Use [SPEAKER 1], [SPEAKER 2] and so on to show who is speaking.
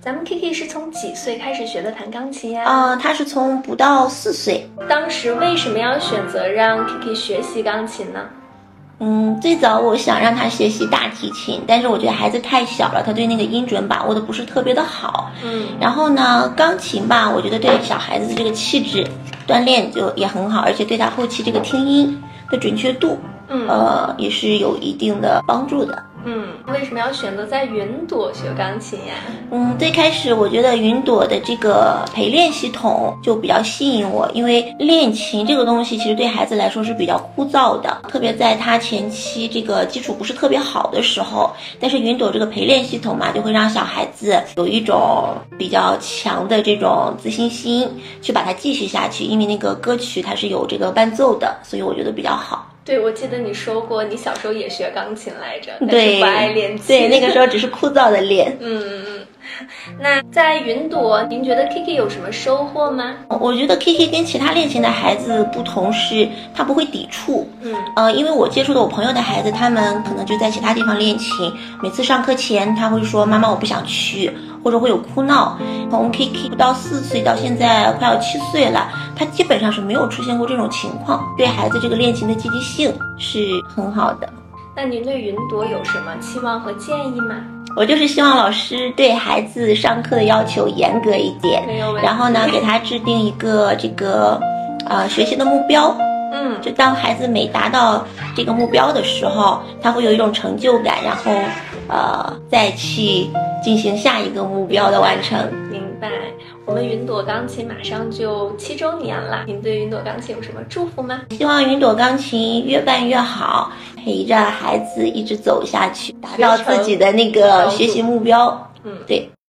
[SPEAKER 1] 咱们 Kiki 是从几岁开始学的弹钢琴呀？
[SPEAKER 2] 啊、他是从不到四岁，
[SPEAKER 1] 当时为什么要选择让 Kiki 学习钢琴呢？
[SPEAKER 2] 嗯，最早我想让他学习大提琴，但是我觉得孩子太小了，他对那个音准把握的不是特别的好。
[SPEAKER 1] 嗯，
[SPEAKER 2] 然后呢，钢琴吧，我觉得对小孩子的这个气质锻炼就也很好，而且对他后期这个听音的准确度，
[SPEAKER 1] 嗯
[SPEAKER 2] 呃，也是有一定的帮助的。
[SPEAKER 1] 嗯，为什么要选择在云朵学钢琴呀？
[SPEAKER 2] 嗯，最开始我觉得云朵的这个陪练系统就比较吸引我，因为练琴这个东西其实对孩子来说是比较枯燥的，特别在他前期这个基础不是特别好的时候。但是云朵这个陪练系统嘛，就会让小孩子有一种比较强的这种自信心，去把它继续下去。因为那个歌曲它是有这个伴奏的，所以我觉得比较好。
[SPEAKER 1] 对，我记得你说过你小时候也学钢琴来着，但是
[SPEAKER 2] 对，
[SPEAKER 1] 不爱练琴。
[SPEAKER 2] 对，那个时候只是枯燥的练。
[SPEAKER 1] 嗯，嗯嗯，那在云朵，您觉得 Kiki 有什么收获吗？
[SPEAKER 2] 我觉得 Kiki 跟其他练琴的孩子不同是，他不会抵触。
[SPEAKER 1] 嗯
[SPEAKER 2] 呃，因为我接触的我朋友的孩子，他们可能就在其他地方练琴，每次上课前他会说：“妈妈，我不想去。”或者会有哭闹。从 Kiki 不到四岁到现在快要七岁了，他基本上是没有出现过这种情况，对孩子这个练琴的积极性是很好的。
[SPEAKER 1] 那您对云朵有什么期望和建议吗？
[SPEAKER 2] 我就是希望老师对孩子上课的要求严格一点，
[SPEAKER 1] 没有问题。
[SPEAKER 2] 然后呢，给他制定一个这个呃学习的目标。
[SPEAKER 1] 嗯，
[SPEAKER 2] 就当孩子每达到这个目标的时候，他会有一种成就感，然后呃再去进行下一个目标的完成。
[SPEAKER 1] 明白。我们云朵钢琴马上就七周年了，您对云朵钢琴有什么祝福吗？
[SPEAKER 2] 希望云朵钢琴越办越好，陪着孩子一直走下去，达到自己的那个学习目标。
[SPEAKER 1] 嗯，
[SPEAKER 2] 对，